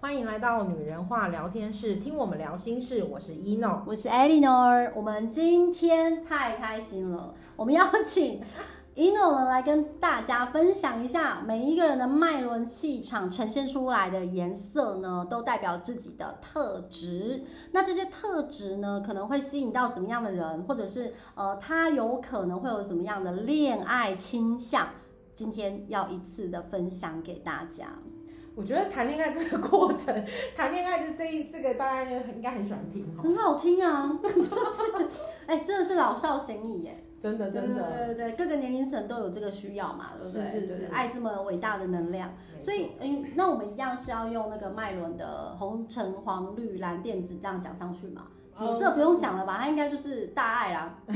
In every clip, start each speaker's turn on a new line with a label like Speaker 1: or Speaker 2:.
Speaker 1: 欢迎来到女人话聊天室，听我们聊心事。我是 ino，
Speaker 2: 我是 Eleanor，我们今天太开心了，我们邀请 Ino 呢来跟大家分享一下每一个人的脉轮气场呈现出来的颜色呢，都代表自己的特质。那这些特质呢，可能会吸引到怎么样的人，或者是呃，他有可能会有怎么样的恋爱倾向。今天要一次的分享给大家。
Speaker 1: 我觉得谈恋爱这个过程，谈恋爱的这一这个大家应该很喜欢听哦哈，
Speaker 2: 很好听啊， 就是，哎、真的是老少咸宜耶，
Speaker 1: 真的真的，
Speaker 2: 对对对，对各个年龄层都有这个需要嘛，对不对？
Speaker 1: 是是是
Speaker 2: 对爱这么伟大的能量，
Speaker 1: 没错
Speaker 2: 所以，嗯，那我们一样是要用那个脉轮的红、橙、黄、绿、蓝、靛、紫这样讲上去嘛。紫色不用讲了吧，它应该就是大爱啦，有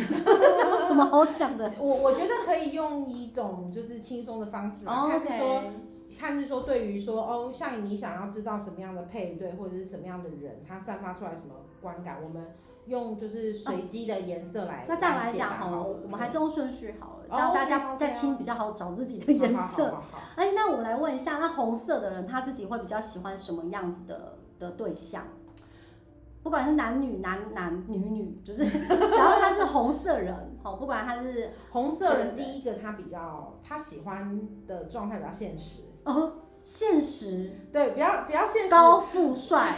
Speaker 2: 什么好讲的？
Speaker 1: 我我觉得可以用一种就是轻松的方式
Speaker 2: 哦
Speaker 1: 啊，看是说
Speaker 2: OK，
Speaker 1: 看是说对于说哦，像你想要知道什么样的配对或者是什么样的人，他散发出来什么观感，我们用就是随机的颜色来、
Speaker 2: 哦那这样来
Speaker 1: 解答
Speaker 2: 讲好
Speaker 1: 好
Speaker 2: 了，
Speaker 1: 了，
Speaker 2: 我我们还是用顺序好了，
Speaker 1: 哦
Speaker 2: 这样大家
Speaker 1: OK，OK，
Speaker 2: 在听比较好找自己的颜
Speaker 1: 好好
Speaker 2: 色。
Speaker 1: 好好好
Speaker 2: 哎，那我来问一下，那红色的人他自己会比较喜欢什么样子的的对象？不管是男女、男男女女，就是只要他是红色人，好，不管他是
Speaker 1: 红色人
Speaker 2: 对对对
Speaker 1: 第一个他比较他喜欢的状态比较现实，
Speaker 2: 哦，现实
Speaker 1: 对，比较比较现实。
Speaker 2: 高富帅，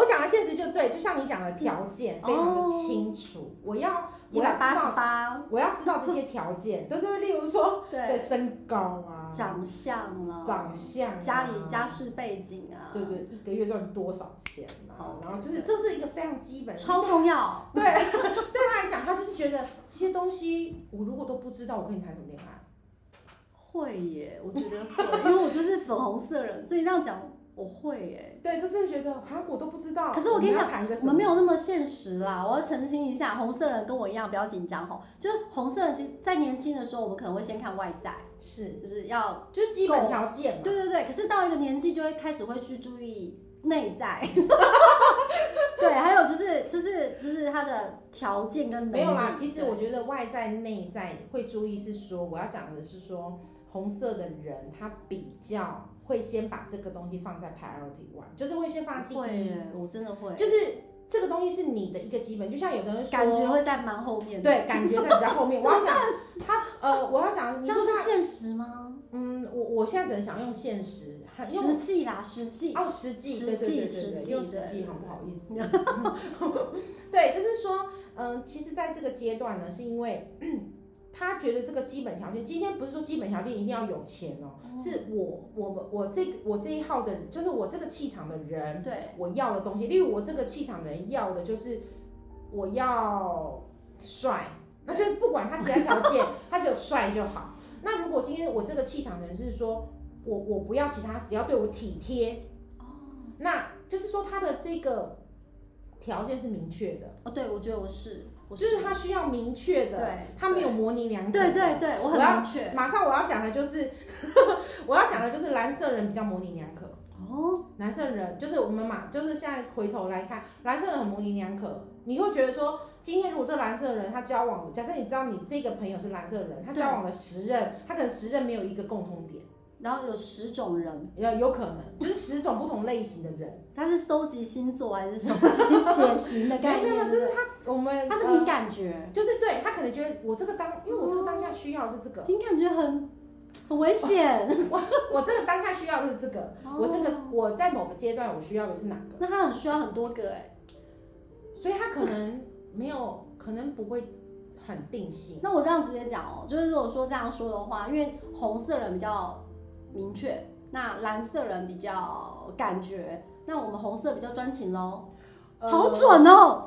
Speaker 1: 我讲的现实就对，就像你讲的条件非常的清楚，我要
Speaker 2: 嗯一
Speaker 1: 我
Speaker 2: 百
Speaker 1: 要知
Speaker 2: 八十
Speaker 1: 道
Speaker 2: 八，
Speaker 1: 我要知道这些条件，对对，对例如说对
Speaker 2: 对，
Speaker 1: 身高啊，
Speaker 2: 长相啊，
Speaker 1: 长相、啊，
Speaker 2: 家里家世背景啊，
Speaker 1: 对，对，一个月赚多少钱啊
Speaker 2: 好？
Speaker 1: 然后就是这是一个非常基本的，
Speaker 2: 超重 要，
Speaker 1: 对对他来讲，他就是觉得这些东西我如果都不知道，我跟你谈什么恋爱？
Speaker 2: 会耶，我觉得会，因为我就是粉红色人，所以这样讲我会耶。
Speaker 1: 对，就是觉得啊，我都不知道。
Speaker 2: 可是我跟你
Speaker 1: 们要
Speaker 2: 讲
Speaker 1: 谈一个
Speaker 2: 我
Speaker 1: 什
Speaker 2: 们
Speaker 1: 么？
Speaker 2: 没有那么现实啦，我要澄清一下，红色人跟我一样，不要紧张吼。就是红色人，其实在年轻的时候，我们可能会先看外在，
Speaker 1: 是，
Speaker 2: 就是要
Speaker 1: 就是基本条件嘛。
Speaker 2: 对对对。可是到一个年纪，就会开始会去注意内在， 对，还有就是就是就是他的条件跟能力。
Speaker 1: 没有啦，其实我觉得外在内在会注意是说，我要讲的是说，红色的人他比较会先把这个东西放在 priority one，就是会先放在第
Speaker 2: 会
Speaker 1: 一，
Speaker 2: 耶，我真的会，
Speaker 1: 就是这个东西是你的一个基本，就像有的人说，
Speaker 2: 感觉会在蛮后面的。
Speaker 1: 对，感觉在比较后面。我要讲他呃，我要讲，你
Speaker 2: 这
Speaker 1: 说
Speaker 2: 样是
Speaker 1: 他
Speaker 2: 现实吗？
Speaker 1: 嗯，我我现在只能想用现实，还
Speaker 2: 实
Speaker 1: 用
Speaker 2: 际啦，实际。
Speaker 1: 哦实际，对对
Speaker 2: 实际
Speaker 1: 对
Speaker 2: 实
Speaker 1: 对对，
Speaker 2: 际
Speaker 1: 用
Speaker 2: 对
Speaker 1: 实际，
Speaker 2: 对
Speaker 1: 好不好意思？对，就是说，嗯，其实在这个阶段呢，是因为。 他觉得这个基本条件，今天不是说基本条件一定要有钱哦，是我我们我这个我这一号的，就是我这个气场的人，
Speaker 2: 对，
Speaker 1: 我要的东西。例如我这个气场的人要的就是我要帅，那就是不管他其他条 件，他只有帅就好。那如果今天我这个气场的人是说我我不要其他，只要对我体贴，
Speaker 2: 哦
Speaker 1: 那就是说他的这个条件是明确的，
Speaker 2: 哦，对，我觉得我是，我
Speaker 1: 就是他需要明确的，
Speaker 2: 对，
Speaker 1: 他没有模棱两可。
Speaker 2: 对对。对，我很
Speaker 1: 我要
Speaker 2: 明确。
Speaker 1: 马上我要讲的就是， 我要讲的就是蓝色人比较模棱两可。
Speaker 2: 哦，
Speaker 1: 蓝色人就是我们嘛，就是现在回头来看，蓝色人很模棱两可。你会觉得说，今天如果这蓝色人他交往了，假设你知道你这个朋友是蓝色人，他
Speaker 2: 对
Speaker 1: 交往了十任，他可能十任没有一个共通点，
Speaker 2: 然后有十种人，
Speaker 1: 有有可能就是十种不同类型的人。
Speaker 2: 他是收集星座还是收集血型的概
Speaker 1: 没有 没有，
Speaker 2: 念？
Speaker 1: 就是他我们
Speaker 2: 他是
Speaker 1: 呃
Speaker 2: 凭感觉，
Speaker 1: 就是对他可能觉得我这个当，因为我这个当下需要的是这 个，
Speaker 2: 凭感觉很很危险。
Speaker 1: 我这个当下需要的是这个， 我这个
Speaker 2: 哦，
Speaker 1: 我在某个阶段我需要的是哪个，
Speaker 2: 那他很需要很多个哎。
Speaker 1: 所以他可能没有，可能不会很定性。
Speaker 2: 那我这样直接讲哦，就是如果说这样说的话，因为红色人比较明确，那蓝色人比较感觉，那我们红色比较专情喽，好
Speaker 1: 呃
Speaker 2: 准哦，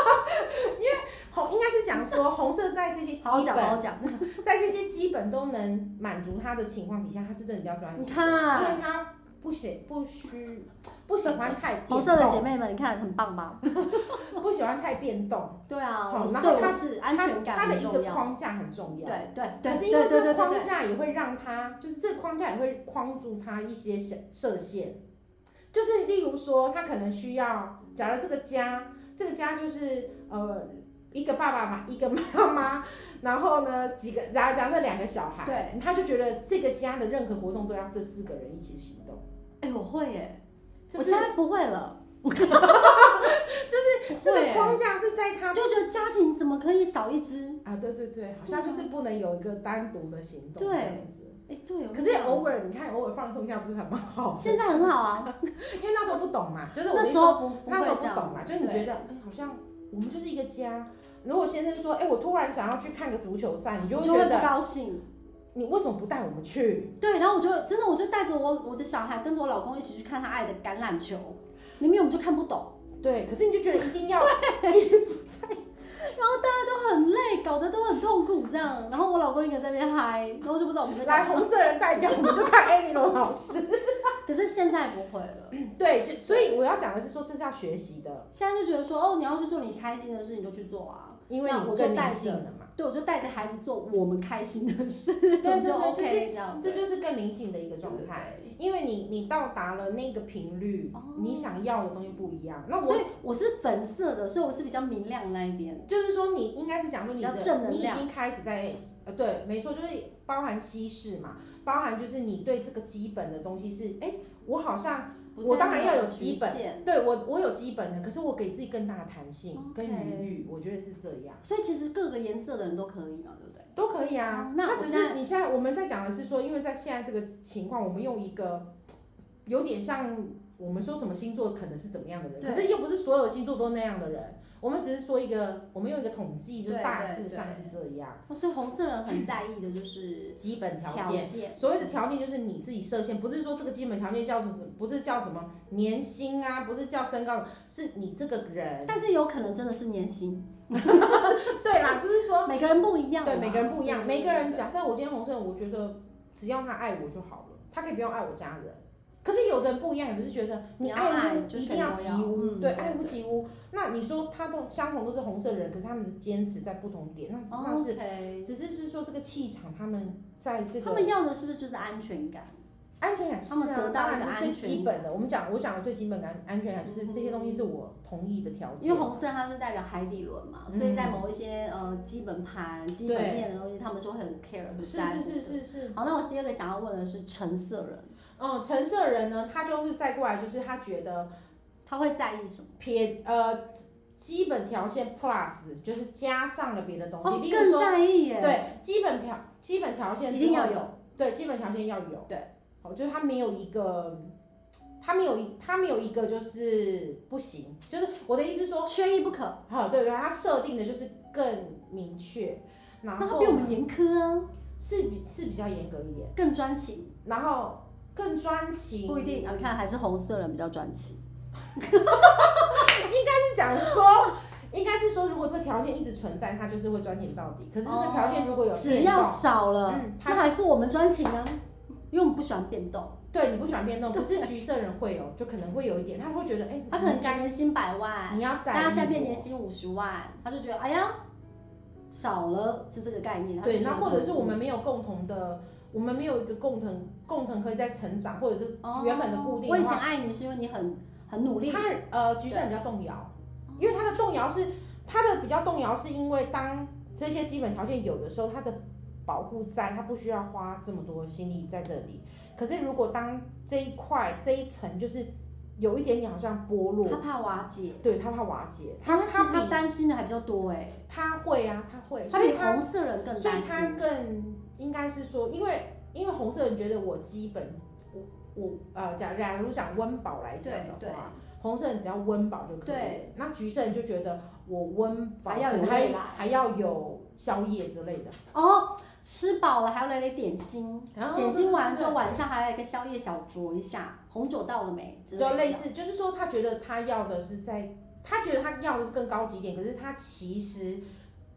Speaker 1: 红应该是讲说红色在这些基
Speaker 2: 好讲哦好
Speaker 1: 本，
Speaker 2: 讲。
Speaker 1: 在这些基本都能满足他的情况底下，他是真的比较专
Speaker 2: 你
Speaker 1: 情，
Speaker 2: 看
Speaker 1: 因为他不喜不需不喜欢太变动，
Speaker 2: 红色的姐妹们，你看很棒吧？
Speaker 1: 不喜欢太变动，
Speaker 2: 对啊，
Speaker 1: 好
Speaker 2: 我是
Speaker 1: 然后
Speaker 2: 对我
Speaker 1: 他
Speaker 2: 是
Speaker 1: 他
Speaker 2: 安全感
Speaker 1: 他的
Speaker 2: 很
Speaker 1: 一
Speaker 2: 重
Speaker 1: 个
Speaker 2: 要。
Speaker 1: 框架很重要。
Speaker 2: 对对对，
Speaker 1: 可是因为这
Speaker 2: 对对
Speaker 1: 个
Speaker 2: 对对
Speaker 1: 框架也会让他，就是这个框架也会框住他一些设设限，就是例如说，他可能需要，假如这个家，这个家就是呃一个爸爸嘛，一个妈妈，然后呢几个，然后假设两个小孩，
Speaker 2: 对，
Speaker 1: 他就觉得这个家的任何活动都要这四个人一起行动，
Speaker 2: 哎、我会耶，
Speaker 1: 就
Speaker 2: 我
Speaker 1: 是
Speaker 2: 现在不会 了，就是欸
Speaker 1: 这个框架是在他
Speaker 2: 就觉得家庭怎么可以少一只？
Speaker 1: 啊，对对对，好像就是不能有一个单独的行动
Speaker 2: 啊对
Speaker 1: 这样子。
Speaker 2: 哎、对，
Speaker 1: 可是偶尔你看，偶尔放松一下，不是还蛮好的？
Speaker 2: 现在很好啊，
Speaker 1: 因为那时候不懂嘛，就是我
Speaker 2: 那
Speaker 1: 就
Speaker 2: 时候不不
Speaker 1: 那时
Speaker 2: 会
Speaker 1: 候
Speaker 2: 这
Speaker 1: 不
Speaker 2: 样，
Speaker 1: 懂嘛，就是你觉得，哎、好像我们就是一个家。如果先生说，哎、我突然想要去看个足球赛，你就会
Speaker 2: 就
Speaker 1: 觉
Speaker 2: 会不
Speaker 1: 得，
Speaker 2: 高兴。
Speaker 1: 你为什么不带我们去？
Speaker 2: 对，然后我就真的我就带着我我的小孩跟着我老公一起去看他爱的橄榄球，明明我们就看不懂，
Speaker 1: 对，可是你就觉得一定要，
Speaker 2: 啊都很累，搞得都很痛苦这样。然后我老公一个人在那边嗨，然后我就不知道我们在
Speaker 1: 来
Speaker 2: 干嘛。
Speaker 1: 红色人代表，我们就看艾莉罗老师。
Speaker 2: 可是现在不会了，
Speaker 1: 对，就所以我要讲的是说，这是要学习的，
Speaker 2: 现在就觉得说哦，你要去做你开心的事，你就去做啊。
Speaker 1: 因为
Speaker 2: 那
Speaker 1: 你
Speaker 2: 我就
Speaker 1: 更
Speaker 2: 带
Speaker 1: 灵性
Speaker 2: 着
Speaker 1: 了嘛。
Speaker 2: 对，我就带着孩子做我们开心的事，
Speaker 1: 对对
Speaker 2: 就
Speaker 1: 对
Speaker 2: OK
Speaker 1: 就是
Speaker 2: 这样。
Speaker 1: 这就是更灵性的一个状态，因为你你到达了那个频率，
Speaker 2: 哦
Speaker 1: 你想要的东西不一样。那我
Speaker 2: 所以我是粉色的，所以我是比较明亮那一边。
Speaker 1: 就是说，你应该是讲说你的
Speaker 2: 比较正能
Speaker 1: 你已
Speaker 2: 量
Speaker 1: 经开始在呃，对，没错，就是包含稀释嘛，包含就是你对这个基本的东西是，哎，我好像
Speaker 2: 不是
Speaker 1: 我当然要有
Speaker 2: 那么
Speaker 1: 基
Speaker 2: 局
Speaker 1: 本
Speaker 2: 限。
Speaker 1: 对我我有基本的，可是我给自己更大的弹性
Speaker 2: 呃 OK
Speaker 1: 跟余裕，我觉得是这样
Speaker 2: 所以其实各个颜色的人都可以嘛，对不对？
Speaker 1: 都可以啊
Speaker 2: 哦。那我
Speaker 1: 只
Speaker 2: 现
Speaker 1: 是你现在我们在讲的是说，因为在现在这个情况，我们用一个有点像我们说什么星座可能是怎么样的人，
Speaker 2: 对
Speaker 1: 可是又不是所有星座都那样的人。我们只是说一个，我们用一个统计，就
Speaker 2: 对
Speaker 1: 大
Speaker 2: 对
Speaker 1: 致上
Speaker 2: 对
Speaker 1: 是这样。
Speaker 2: 哦所以红色人很在意的就是
Speaker 1: 基本条
Speaker 2: 条
Speaker 1: 件。
Speaker 2: 件，
Speaker 1: 所谓的条件就是你自己设限，不是说这个基本条件叫什么，不是叫什么年薪啊，不是叫身高，是你这个人。
Speaker 2: 但是有可能真的是年薪，
Speaker 1: 对啦，就是说，
Speaker 2: 每个人不一样嘛。
Speaker 1: 对每个人不一样，
Speaker 2: 对
Speaker 1: 每个人。假设我今天红色，我觉得只要他爱我就好了，他可以不用爱我家人。可是有的人不一样，有的是觉得
Speaker 2: 你
Speaker 1: 你
Speaker 2: 要
Speaker 1: 爱
Speaker 2: 爱
Speaker 1: 屋
Speaker 2: 就
Speaker 1: 一
Speaker 2: 全
Speaker 1: 定
Speaker 2: 都
Speaker 1: 要
Speaker 2: 要
Speaker 1: 及屋，
Speaker 2: 嗯
Speaker 1: 对，
Speaker 2: 对
Speaker 1: 爱屋
Speaker 2: 对
Speaker 1: 及乌。那你说他都相同都是红色人，可是他们的坚持在不同点，那
Speaker 2: 对
Speaker 1: 那是、
Speaker 2: 哦 OK，
Speaker 1: 只是是说这个气场，他们在这个
Speaker 2: 他们要的是不是就是安全感？
Speaker 1: 安全感是、啊，
Speaker 2: 他们得到
Speaker 1: 当
Speaker 2: 一个
Speaker 1: 然是最
Speaker 2: 安全嗯
Speaker 1: 基本的。我们讲，我讲的最基本感安全感就是这些东西是我同意的条件。
Speaker 2: 因为红色它是代表海底轮嘛，
Speaker 1: 嗯
Speaker 2: 所以在某一些呃基本盘、基本
Speaker 1: 对
Speaker 2: 面的东西，他们说很 care 很
Speaker 1: 是
Speaker 2: 在乎
Speaker 1: 是是
Speaker 2: 的。
Speaker 1: 是是，
Speaker 2: 好，那我第二个想要问的是橙色人，
Speaker 1: 嗯，橙色人呢，他就是再过来就是他觉得
Speaker 2: 他会在意什么？
Speaker 1: 撇呃基本条件 plus 就是加上了别的东西，
Speaker 2: 哦，
Speaker 1: 例如
Speaker 2: 更
Speaker 1: 说
Speaker 2: 在意耶，
Speaker 1: 对基本条基本条件
Speaker 2: 一定要
Speaker 1: 之后
Speaker 2: 有，
Speaker 1: 对基本条件要有
Speaker 2: 对，
Speaker 1: 好，就是他没有一个。他没有一，他没有一个就是不行，就是我的意思是说，
Speaker 2: 缺一不可。
Speaker 1: 好，对对，他设定的就是更明确，然
Speaker 2: 那
Speaker 1: 后
Speaker 2: 他比我们严苛啊，
Speaker 1: 是比是比较严格一点，
Speaker 2: 更专情，
Speaker 1: 然后更专情。
Speaker 2: 不一定。啊你看，还是红色人比较专情。
Speaker 1: 是讲说，应该是说，如果这个条件一直存在，他就是会专情到底。可是这个条件如果有
Speaker 2: 只
Speaker 1: 变动，
Speaker 2: 要少了，
Speaker 1: 嗯他
Speaker 2: 那还是我们专情啊，因为我们不喜欢变动。
Speaker 1: 对你不喜欢变动，可是橘色人会有，就可能会有一点，他会觉得，哎、
Speaker 2: 他可能想年薪百万，
Speaker 1: 你要在意
Speaker 2: 大家现在变
Speaker 1: 我
Speaker 2: 年薪五十万，他就觉得哎呀少了是这个概念。他就
Speaker 1: 对，
Speaker 2: 觉得
Speaker 1: 那或者是我们没有共同的，我们没有一个共同共同可以在成长，或者是
Speaker 2: 哦
Speaker 1: 原本的固定的话
Speaker 2: 我以前爱你是因为你很很努力，
Speaker 1: 他呃，橘色人比较动
Speaker 2: 哦
Speaker 1: 摇，因为他的动摇是他的比较动摇，是因为当这些基本条件有的时候，他的保护在，他不需要花这么多心力在这里。可是如果当这一块这一层就是有一点点好像剥
Speaker 2: 他
Speaker 1: 落，
Speaker 2: 怕瓦解，
Speaker 1: 对他怕瓦解，
Speaker 2: 他
Speaker 1: 他
Speaker 2: 其实
Speaker 1: 他
Speaker 2: 他
Speaker 1: 比
Speaker 2: 担心的还比较多哎，
Speaker 1: 他会啊，他会，
Speaker 2: 他
Speaker 1: 所以
Speaker 2: 比
Speaker 1: 他
Speaker 2: 红色人更
Speaker 1: 所以
Speaker 2: 担
Speaker 1: 他
Speaker 2: 心。
Speaker 1: 更应该是说，因为因为红色人觉得我基本我我呃，假假如讲温饱来讲
Speaker 2: 对
Speaker 1: 的话。红色人只要温饱就可以了
Speaker 2: 对，
Speaker 1: 那橘色人就觉得我温饱
Speaker 2: 还要有
Speaker 1: 可能还
Speaker 2: 未来
Speaker 1: 还要有宵夜之类的，
Speaker 2: 哦，吃饱了还要来点点心，点心完之后
Speaker 1: 哦对
Speaker 2: 晚上还来个宵夜小酌一下，红酒到了没？之
Speaker 1: 对对
Speaker 2: 的
Speaker 1: 类似，就是说他觉得他要的是在，他觉得他要的是更高级一点，可是他其实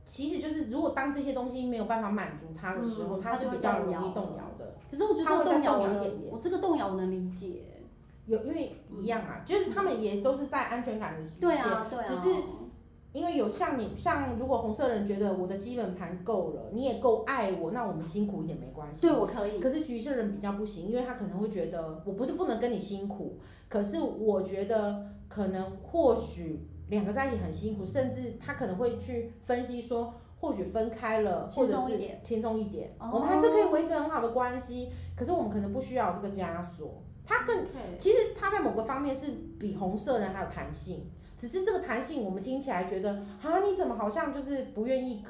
Speaker 1: 其实就是如果当这些东西没有办法满足他的时候，
Speaker 2: 嗯
Speaker 1: 他是
Speaker 2: 他就会
Speaker 1: 比较容
Speaker 2: 动摇
Speaker 1: 易
Speaker 2: 了
Speaker 1: 动摇的，
Speaker 2: 可是我觉得
Speaker 1: 他
Speaker 2: 这
Speaker 1: 会
Speaker 2: 个
Speaker 1: 再
Speaker 2: 动摇我
Speaker 1: 动摇一
Speaker 2: 能
Speaker 1: 点，点
Speaker 2: 我这个动摇我能理解。
Speaker 1: 有因为一样啊，就是他们也都是在安全感的局限，
Speaker 2: 嗯对啊，对啊。
Speaker 1: 只是因为有像你像如果红色人觉得我的基本盘够了，你也够爱我，那我们辛苦一点没关系，
Speaker 2: 对我可以，
Speaker 1: 可是橘色人比较不行，因为他可能会觉得我不是不能跟你辛苦，可是我觉得可能或许两个在一起很辛苦，甚至他可能会去分析说，或许分开了，
Speaker 2: 轻
Speaker 1: 或者
Speaker 2: 松一
Speaker 1: 是
Speaker 2: 点
Speaker 1: 轻松一点，
Speaker 2: 哦
Speaker 1: 我们还是可以维持很好的关系，可是我们可能不需要有这个枷锁。它更
Speaker 3: OK，
Speaker 1: 其实它在某个方面是比红色人还有弹性，只是这个弹性我们听起来觉得啊，你怎么好像就是不愿意，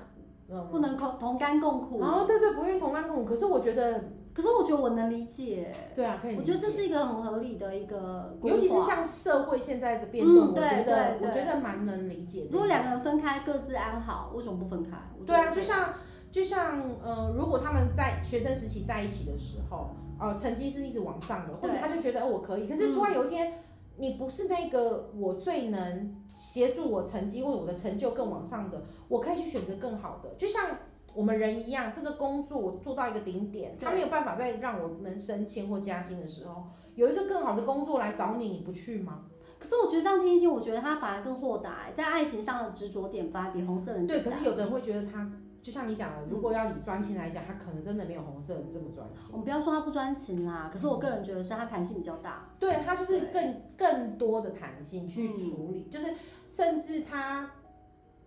Speaker 1: 嗯，
Speaker 2: 不能同同甘共苦。
Speaker 1: 哦，对对，不愿意同甘共苦。可是我觉得，
Speaker 2: 可是我觉得我能理解，
Speaker 1: 对啊，可以理解。
Speaker 2: 我觉得这是一个很合理的一个规
Speaker 1: 尤
Speaker 2: 划。
Speaker 1: 其是像社会现在的变动，
Speaker 2: 嗯
Speaker 1: 我
Speaker 2: 对
Speaker 1: 觉得
Speaker 2: 对
Speaker 1: 我
Speaker 2: 对
Speaker 1: 觉得蛮能理解这个。
Speaker 2: 如果两个人分开各自安好，为什么不分开？我觉
Speaker 1: 对
Speaker 2: 得
Speaker 1: 啊，就像就像呃，如果他们在学生时期在一起的时候，呃，成绩是一直往上的，或者
Speaker 2: 对嗯
Speaker 1: 他就觉得、哦我可以，可是突然有一天。你不是那个我最能协助我成绩或者我的成就更往上的，我可以去选择更好的。就像我们人一样，这个工作我做到一个顶点，
Speaker 2: 对
Speaker 1: 他没有办法再让我能升迁或加薪的时候，有一个更好的工作来找你，你不去吗？
Speaker 2: 可是我觉得这样听一听，我觉得他反而更豁达、欸在爱情上的执着点反而比红色人
Speaker 1: 对，可
Speaker 2: 更大
Speaker 1: 是有的人会觉得他，就像你讲的，如果
Speaker 2: 嗯
Speaker 1: 要以专心来讲，他可能真的没有红色人这么专心。
Speaker 2: 我们不要说他不专情啦，可是我个人觉得是他弹性比较大。
Speaker 1: 对，它就是更更多的弹性
Speaker 2: 嗯
Speaker 1: 去处理，就是甚至他，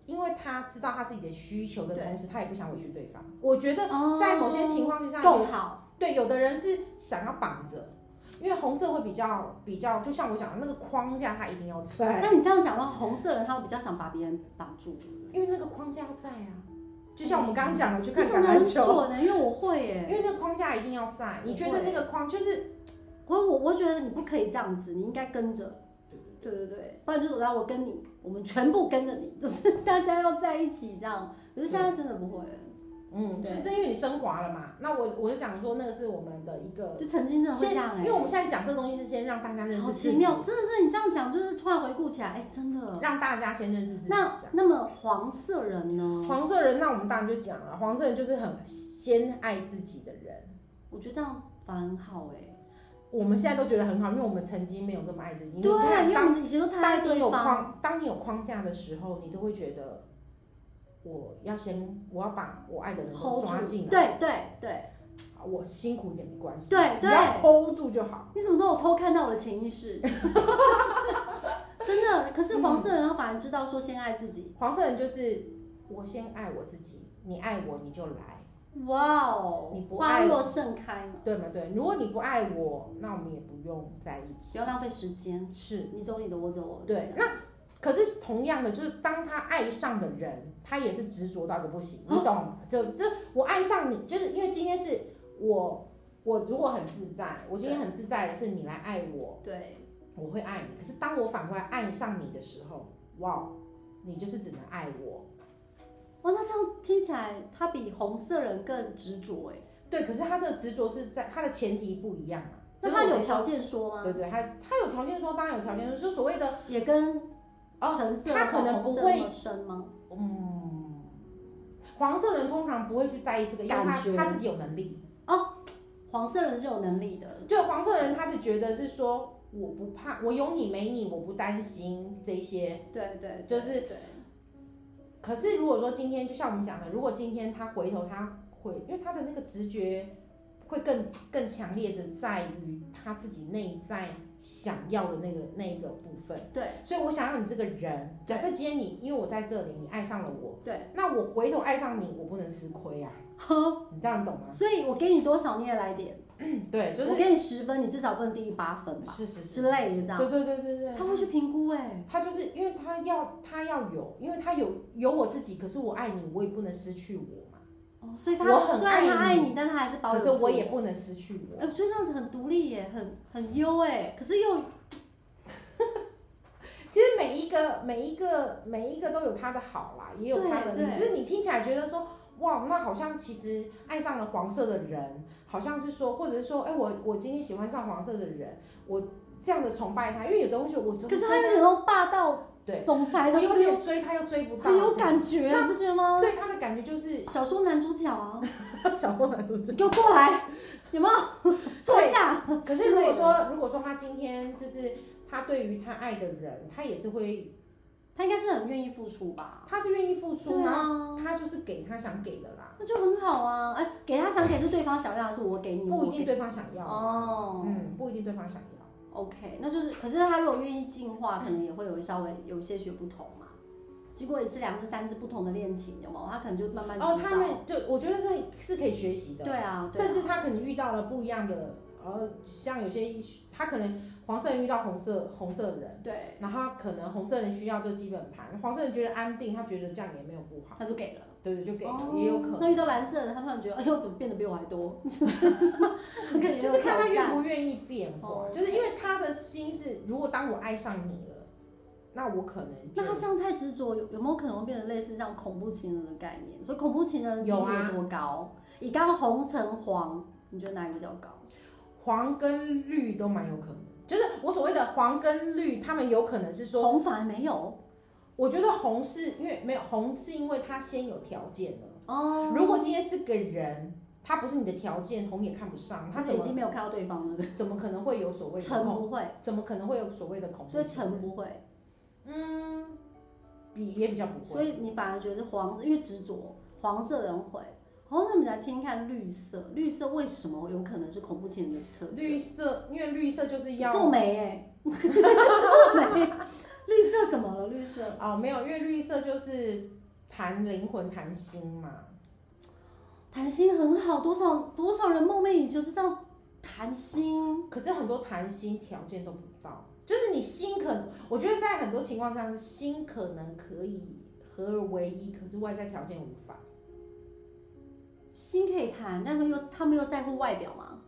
Speaker 1: 因为他知道他自己的需求的
Speaker 2: 对
Speaker 1: 同时，他也不想委屈对方。我觉得
Speaker 2: 哦
Speaker 1: 在某些情况之下，有
Speaker 2: 够好，
Speaker 1: 对有的人是想要绑着，因为红色会比较比较，就像我讲的那个框架，他一定要在，
Speaker 2: 那你这样讲的话，红色人他会比较想把别人绑住。
Speaker 1: 因为那个框架要在啊。就像我们刚刚讲的，去
Speaker 2: 你
Speaker 1: 看
Speaker 2: 讲
Speaker 1: 橄
Speaker 2: 的很
Speaker 1: 榄球，
Speaker 2: 准呢、欸因为我会耶、
Speaker 1: 因为那个框架一定要在。你觉
Speaker 2: 我
Speaker 1: 得
Speaker 2: 会
Speaker 1: 那个框就是
Speaker 2: 我我我觉得你不可以这样子，你应该跟着，对对对，不然就是让我跟你，我们全部跟着你，就是大家要在一起这样。可是现在真的不会，
Speaker 1: 嗯，
Speaker 2: 对
Speaker 1: 是正因为你升华了嘛。那我我是讲说，那个是我们的一个
Speaker 2: 就曾经真的会
Speaker 1: 先
Speaker 2: 这样哎、
Speaker 1: 因为我们现在讲这个东西是先让大家认
Speaker 2: 好
Speaker 1: 识自
Speaker 2: 奇
Speaker 1: 己，
Speaker 2: 妙，真的，真的，你这样讲就是突然回顾起来，哎、真的。
Speaker 1: 让大家先认识自己。
Speaker 2: 那
Speaker 1: 这样
Speaker 2: 那么黄色人呢？
Speaker 1: 黄色人，那我们当然就讲了，黄色人就是很先爱自己的人。
Speaker 2: 我觉得这样反而很好哎、
Speaker 1: 我们现在都觉得很好，因为我们曾经没有那么爱自己。你
Speaker 2: 对，啊
Speaker 1: 看
Speaker 2: 因为我
Speaker 1: 当
Speaker 2: 们以前都太爱
Speaker 1: 当你
Speaker 2: 对
Speaker 1: 有
Speaker 2: 方，
Speaker 1: 框，当你有框架的时候，你都会觉得我要先，我要把我爱的人都
Speaker 2: hold
Speaker 1: 抓
Speaker 2: 住
Speaker 1: 进，来。
Speaker 2: 对对对，
Speaker 1: 我辛苦一点没关系，
Speaker 2: 对
Speaker 1: 只要
Speaker 2: 对
Speaker 1: hold 住就好。
Speaker 2: 你怎么都有偷看到我的潜意 识，真的。可是黄色人他反而知道说先爱自己，
Speaker 1: 黄色人就是我先爱我自己，你爱我你就来。
Speaker 2: 哇哦
Speaker 1: 嗯你，不
Speaker 2: 花
Speaker 1: 爱
Speaker 2: 若盛开嘛，
Speaker 1: 对嘛对，如果你不爱我，那我们也不用在一
Speaker 2: 不
Speaker 1: 起。
Speaker 2: 要浪费时间，
Speaker 1: 是，
Speaker 2: 你走你的，我走我的。
Speaker 1: 对。那可是同样的，就是当他爱上的人，他也是执着到一个不行，你
Speaker 2: 哦
Speaker 1: 懂吗？就就我爱上你，就是因为今天是我，我如果很自在，我今天很自在的是你来爱我，
Speaker 2: 对，
Speaker 1: 我会爱你。可是当我反过来爱上你的时候，哇，你就是只能爱我。
Speaker 2: 哇，那这样听起来他比红色人更执着哎，
Speaker 1: 对，可是他这个执着是在他的前提不一样啊。就
Speaker 2: 那
Speaker 1: 是
Speaker 2: 他
Speaker 1: 我
Speaker 2: 有
Speaker 1: 等于
Speaker 2: 条件说
Speaker 1: 对
Speaker 2: 吗？
Speaker 1: 对，他他有条件说，当然有条件说，就所谓的
Speaker 2: 也跟
Speaker 1: 哦
Speaker 2: 橙色
Speaker 1: 他可
Speaker 2: 和
Speaker 1: 能
Speaker 2: 红
Speaker 1: 不
Speaker 2: 色
Speaker 1: 会
Speaker 2: 那么深吗？
Speaker 1: 嗯，黄色人通常不会去在意这个，因为他
Speaker 2: 感觉
Speaker 1: 他自己有能力。
Speaker 2: 黄色人是有能力的，
Speaker 1: 就黄色人，他是觉得是说我不怕，我有你没你，我不担心这些。
Speaker 2: 对对，
Speaker 1: 就
Speaker 2: 对
Speaker 1: 是
Speaker 2: 对，
Speaker 1: 可是如果说今天，就像我们讲的，如果今天他回头，他会因为他的那个直觉会更更强烈的在于他自己内在想要的那个那个部分。
Speaker 2: 对
Speaker 1: 所以我想要你这个人，假设今天你因为我在这里，你爱上了我，
Speaker 2: 对，
Speaker 1: 那我回头爱上你，我不能吃亏啊。
Speaker 2: 呵，
Speaker 1: 你这样懂吗？
Speaker 2: 所以我给你多少你也来点，
Speaker 1: 对，就是
Speaker 2: 我给你十分，你至少不能低于八分吧
Speaker 1: 是是是
Speaker 2: 之类的这样
Speaker 1: 对。对对对对，
Speaker 2: 他会去评估哎、
Speaker 1: 他就是因为他要他要有，因为他有有我自己，可是我爱你，我也不能失去我嘛，
Speaker 2: 哦，所以他
Speaker 1: 我很
Speaker 2: 虽然他
Speaker 1: 爱
Speaker 2: 爱
Speaker 1: 你
Speaker 2: 你，但他还是保
Speaker 1: 可
Speaker 2: 有
Speaker 1: 是
Speaker 2: 自我。
Speaker 1: 我也不能失去
Speaker 2: 哎、
Speaker 1: 我。
Speaker 2: 我觉得这样子很独立耶，很很优哎，可是又
Speaker 1: 其实每一个每一个每一个都有他的好啦，也有他的，
Speaker 2: 对对
Speaker 1: 就是你听起来觉得说。哇，那好像其实爱上了黄色的人，好像是说，或者是说，哎、我我今天喜欢上黄色的人，我这样的崇拜他，因为有的东西我真的
Speaker 2: 可是他有点那种霸道
Speaker 1: 对
Speaker 2: 总裁
Speaker 1: 我
Speaker 2: 的
Speaker 1: 有
Speaker 2: feel，
Speaker 1: 点追他又追不到，
Speaker 2: 很有感觉啊，
Speaker 1: 那
Speaker 2: 你不觉得吗？
Speaker 1: 对他的感觉就是
Speaker 2: 小说男主角啊，
Speaker 1: 小波兰
Speaker 2: 你给我过来，有没有？坐下。
Speaker 1: 可是如果说如果说他今天就是他对于他爱的人，他也是会，
Speaker 2: 他应该是很愿意付出吧？
Speaker 1: 他是愿意付出，
Speaker 2: 嗯对
Speaker 1: 然后
Speaker 2: 啊，
Speaker 1: 他就是给他想给的啦，
Speaker 2: 那就很好啊。哎、给他想给是对方想要，还是我给你？
Speaker 1: 不一
Speaker 2: 嗯我
Speaker 1: 定
Speaker 2: 给
Speaker 1: 对方想要，啊
Speaker 2: 哦。
Speaker 1: 嗯，不一定对方想要，
Speaker 2: OK，那就是，可是他如果愿意进化，可能也会有稍微有些许不同嘛。经过一次、两次、三次不同的恋情，有没有？他可能就慢慢知道。
Speaker 1: 哦，他们就我觉得这是可以学习的，
Speaker 2: 对啊，对啊
Speaker 1: 甚至他可能遇到了不一样的。然后像有些他可能黄色人遇到红色红色人，
Speaker 3: 对，
Speaker 1: 然后他可能红色人需要这基本盘，黄色人觉得安定，他觉得这样也没有不好，
Speaker 3: 他就给了。
Speaker 1: 对对，就给了、
Speaker 2: 哦
Speaker 1: 也有可能。
Speaker 2: 那遇到蓝色的，他突然觉得，哎呦，怎么变得比我还多？ 就是可能也
Speaker 1: 就
Speaker 2: 有
Speaker 1: 是看他
Speaker 2: 挑战
Speaker 1: 愿不愿意变化
Speaker 3: 哦，
Speaker 1: 就是因为他的心是，如果当我爱上你了，那我可能就
Speaker 2: 那他这样太执着，有有没有可能会变得类似像恐怖情人的概念？所以恐怖情人的几率
Speaker 1: 有啊
Speaker 2: 有多高？以刚刚红橙黄，你觉得哪一个比较高？
Speaker 1: 黄跟绿都蛮有可能，就是我所谓的黄跟绿，他们有可能是说，
Speaker 2: 红反而没有
Speaker 1: 我觉得红是因为没有红是因为他先有条件了，
Speaker 2: 哦。
Speaker 1: 如果今天这个人他不是你的条件，红也看不上，他
Speaker 2: 而
Speaker 1: 怎
Speaker 2: 且已
Speaker 1: 么
Speaker 2: 经没有看到对方了，对。
Speaker 1: 怎么可能会有所谓的
Speaker 2: 橙
Speaker 1: 恐，
Speaker 2: 不会，
Speaker 1: 怎么可能会有所谓的恐怖
Speaker 2: 所
Speaker 1: 情
Speaker 2: 以
Speaker 1: 人？
Speaker 2: 橙不会，
Speaker 1: 嗯，比也比较不
Speaker 2: 所
Speaker 1: 会，
Speaker 2: 以你反而觉得是黄色，因为执着黄色的人会。哦，那我们来听一看绿色，绿色为什么有可能是恐怖情人的特征？
Speaker 1: 绿色因为绿色就是要
Speaker 2: 皱眉 哎、皱眉，绿色怎么了？绿色
Speaker 1: 哦，没有，因为绿色就是谈灵魂、谈心嘛。
Speaker 2: 谈心很好，多少多少人梦寐以求就是要谈心，
Speaker 1: 可是很多谈心条件都不到，就是你心可能，我觉得在很多情况下，心可能可以合而为一，可是外在条件无法。
Speaker 2: 心可以谈，但是又他们又在乎外表嘛。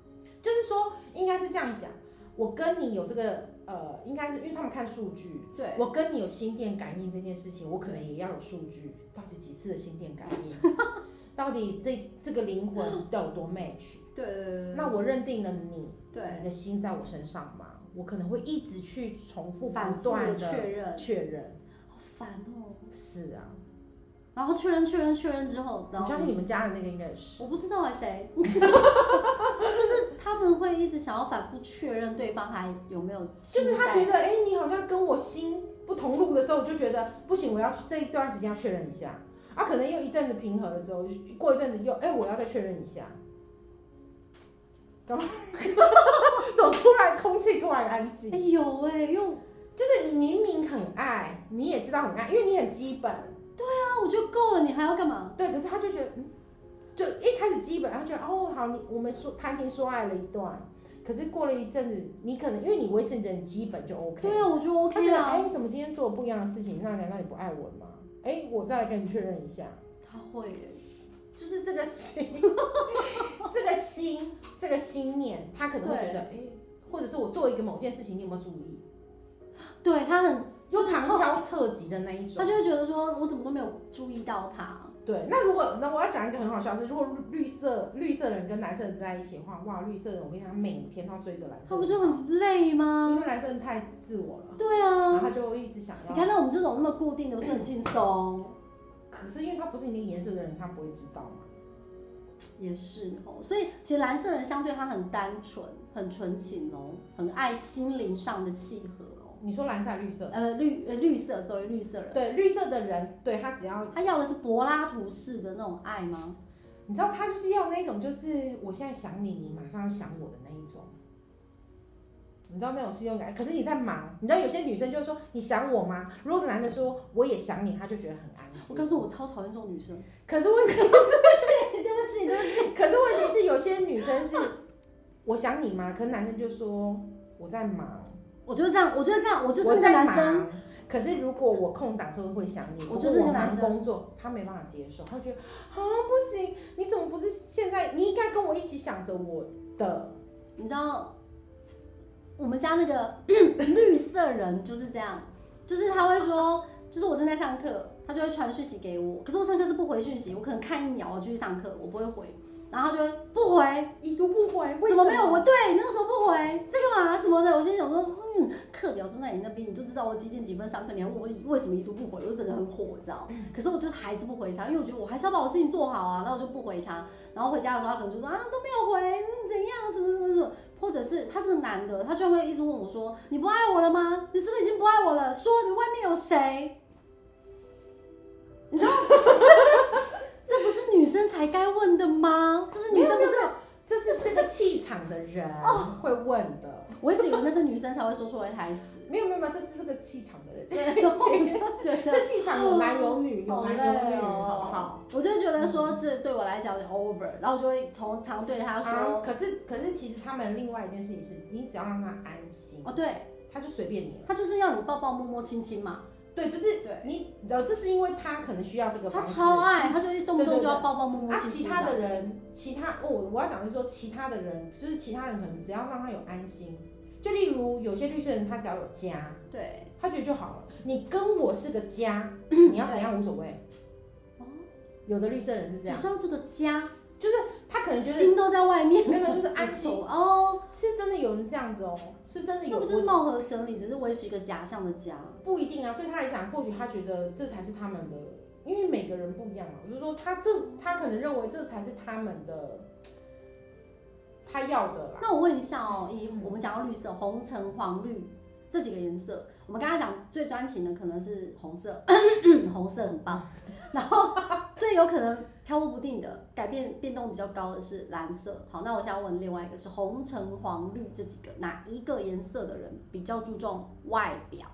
Speaker 1: 就是说，应该是这样讲，我跟你有这个呃，应该是因为他们看数据，
Speaker 3: 对，
Speaker 1: 我跟你有心电感应这件事情，我可能也要有数据，到底几次的心电感应， 到底这这个灵魂要有多 match？
Speaker 3: 对对对
Speaker 1: 那我认定了你。
Speaker 3: 对
Speaker 1: 你的心在我身上嘛，我可能会一直去重复
Speaker 2: 反
Speaker 1: 不
Speaker 2: 复
Speaker 1: 断
Speaker 2: 的
Speaker 1: 的
Speaker 2: 确认，
Speaker 1: 确认。
Speaker 2: 好烦哦、
Speaker 1: 是啊，
Speaker 2: 然后确认确认确认之后，然
Speaker 1: 我
Speaker 2: 后
Speaker 1: 相信你们家的那个应该也是。
Speaker 2: 我不知道啊谁， 就是他们会一直想要反复确认对方还有没有
Speaker 1: 就
Speaker 2: 心在，
Speaker 1: 是他觉得，哎、你好像跟我心不同路的时候，我就觉得不行，我要这一段时间要确认一下。啊，可能又一阵子平和了之后，过一阵子又，哎、我要再确认一下。干嘛？ 怎么突然空气突然安静？
Speaker 2: 哎有哎、因为我
Speaker 1: 就是你明明很爱，你也知道很爱，因为你很基本，
Speaker 2: 啊我就够了，你还要干嘛？
Speaker 1: 对，可是他就觉得，嗯，就一开始基本，他觉得哦，好，你我们说谈情说爱了一段，可是过了一阵子，你可能因为你维持你的基本就 OK，
Speaker 2: 对啊，我觉得
Speaker 1: 他觉
Speaker 2: OK
Speaker 1: 得哎、
Speaker 2: 啊，
Speaker 1: 你怎么今天做了不一样的事情？那难道你不爱我了吗？哎、我再来跟你确认一下，
Speaker 2: 他会耶、
Speaker 1: 就是这个心， 这个心，这个心念，他可能会觉得，哎、或者是我做一个某件事情，你有没有注意？
Speaker 2: 对他很
Speaker 1: 又旁敲侧击的那一种
Speaker 2: 他。就会觉得说，我怎么都没有注意到他。
Speaker 1: 对，那如果那我要讲一个很好笑的是，如果绿色绿色人跟蓝色人在一起的话，哇，绿色人我跟你讲，每天都要追着蓝色人，
Speaker 2: 他不就很累吗？
Speaker 1: 因为蓝色人太自我了，
Speaker 2: 对
Speaker 1: 然后
Speaker 2: 啊，
Speaker 1: 他就会一直想
Speaker 2: 你
Speaker 1: 要。
Speaker 2: 看到我们这种那么固定的，不是很轻松？
Speaker 1: 可是因为他不是你那个颜色的人，他不会知道嘛。
Speaker 2: 也是哦，所以其实蓝色人相对他很单纯、很纯情哦，很爱心灵上的契合哦。
Speaker 1: 你说蓝色还是绿色？
Speaker 2: 呃，绿呃绿色，sorry，绿色人，
Speaker 1: 对，绿色的人，对他只要
Speaker 2: 他要的是柏拉图式的那种爱吗？
Speaker 1: 你知道，他就是要那种，就是我现在想你，你马上要想我的那一种。你知道那种心动感，可是你在忙。你知道有些女生就说你想我吗？如果男的说我也想你，他就觉得很安
Speaker 2: 我
Speaker 1: 心。
Speaker 2: 告诉我，超讨厌这种 女生。
Speaker 1: 可是问题
Speaker 2: 对不起，对不起，
Speaker 1: 可是问题是，有些女生 是我想你吗？可是男生就说我在忙，
Speaker 2: 我就是这样，我就是这样，我就是
Speaker 1: 我
Speaker 2: 那个
Speaker 1: 在
Speaker 2: 男
Speaker 1: 忙。
Speaker 2: 生。
Speaker 1: 可是如果我空档的时候会想你，
Speaker 2: 我就是那个男生
Speaker 1: 如果我忙工作，他没办法接受，他觉得啊不行，你怎么不是现在？你应该跟我一起想着我的。
Speaker 2: 你知道，我们家那个 绿色人就是这样，就是他会说，就是我正在上课，他就会传讯息给我，可是我上课是不回讯息，我可能看一秒我继续上课，我不会回，然后他就会不回，
Speaker 1: 已读不回，为什
Speaker 2: 怎
Speaker 1: 么
Speaker 2: 没有我？对，你为什么不回？这干嘛什么的？我心里想说，嗯，课表说在你那边，你就知道我几点几分上课，你还问我为什么一读不回，我就整个很火，你知
Speaker 1: 嗯
Speaker 2: 道？可是我就是还是不回他，因为我觉得我还是要把我事情做好啊，然后我就不回他。然后回家的时候，他可能就说啊都没有回，嗯怎样，什么什么什么，或者是他是个男的，他居然会一直问我说你不爱我了吗？你是不是已经不爱我了？说你外面有谁？你知道， 就是这不是女生才该问的吗？就是女生不是哦
Speaker 1: 这是这个气场的人会问的。
Speaker 2: 我一直以为那是女生才会说出来的台词，
Speaker 1: 没有没有没有，这是这个气场 的人，
Speaker 2: 对，然后我就觉得
Speaker 1: 这气场有男有女，有
Speaker 2: 好
Speaker 1: 男
Speaker 2: 累
Speaker 1: 有女，
Speaker 2: 哦
Speaker 1: 好不好？
Speaker 2: 我就会觉得说这对我来讲有点 over，然后我就会从常对他
Speaker 1: 啊，
Speaker 2: 说，
Speaker 1: 可是可是其实他们另外一件事情是，你只要让他安心，
Speaker 2: 哦，对
Speaker 1: 他就随便你了。
Speaker 2: 他就是要你抱抱、摸摸、亲亲嘛，
Speaker 1: 对，就是
Speaker 2: 对，
Speaker 1: 你，呃，这是因为他可能需要这个
Speaker 2: 他
Speaker 1: 方式。
Speaker 2: 超爱，他就一动不动就要抱抱、摸摸、
Speaker 1: 啊，
Speaker 2: 亲
Speaker 1: 其
Speaker 2: 亲
Speaker 1: 他
Speaker 2: 的。
Speaker 1: 的人，其他哦，我要讲的是说，其他的人就是其他人，可能只要让他有安心。就例如有些律师人，他只要有家，
Speaker 2: 对，
Speaker 1: 他觉得就好了。你跟我是个 家，你要怎样无所谓。
Speaker 2: 哦
Speaker 1: 有的律师人是这
Speaker 2: 只
Speaker 1: 样，
Speaker 2: 剩这个家，
Speaker 1: 他可能觉得
Speaker 2: 心都在外面，
Speaker 1: 没有没有就是安心
Speaker 2: 无所谓哦，
Speaker 1: 是真的有人这样子哦，是真的
Speaker 2: 那
Speaker 1: 有
Speaker 2: 不就是
Speaker 1: 我
Speaker 2: 貌合神离，只是维持一个假象的家。
Speaker 1: 不一定啊。对他来讲，或许他觉得这才是他们的，因为每个人不一样嘛。我就说他这，他可能认为这才是他们的，他要的啦。
Speaker 2: 那我问一下哦，以我们讲到绿色，红、橙、黄、绿这几个颜色，我们刚刚讲最专情的可能是红色， 红色很棒。然后最有可能飘忽不定的、改变变动比较高的是蓝色。好，那我想要问另外一个是红、橙、黄、绿这几个，哪一个颜色的人比较注重外表？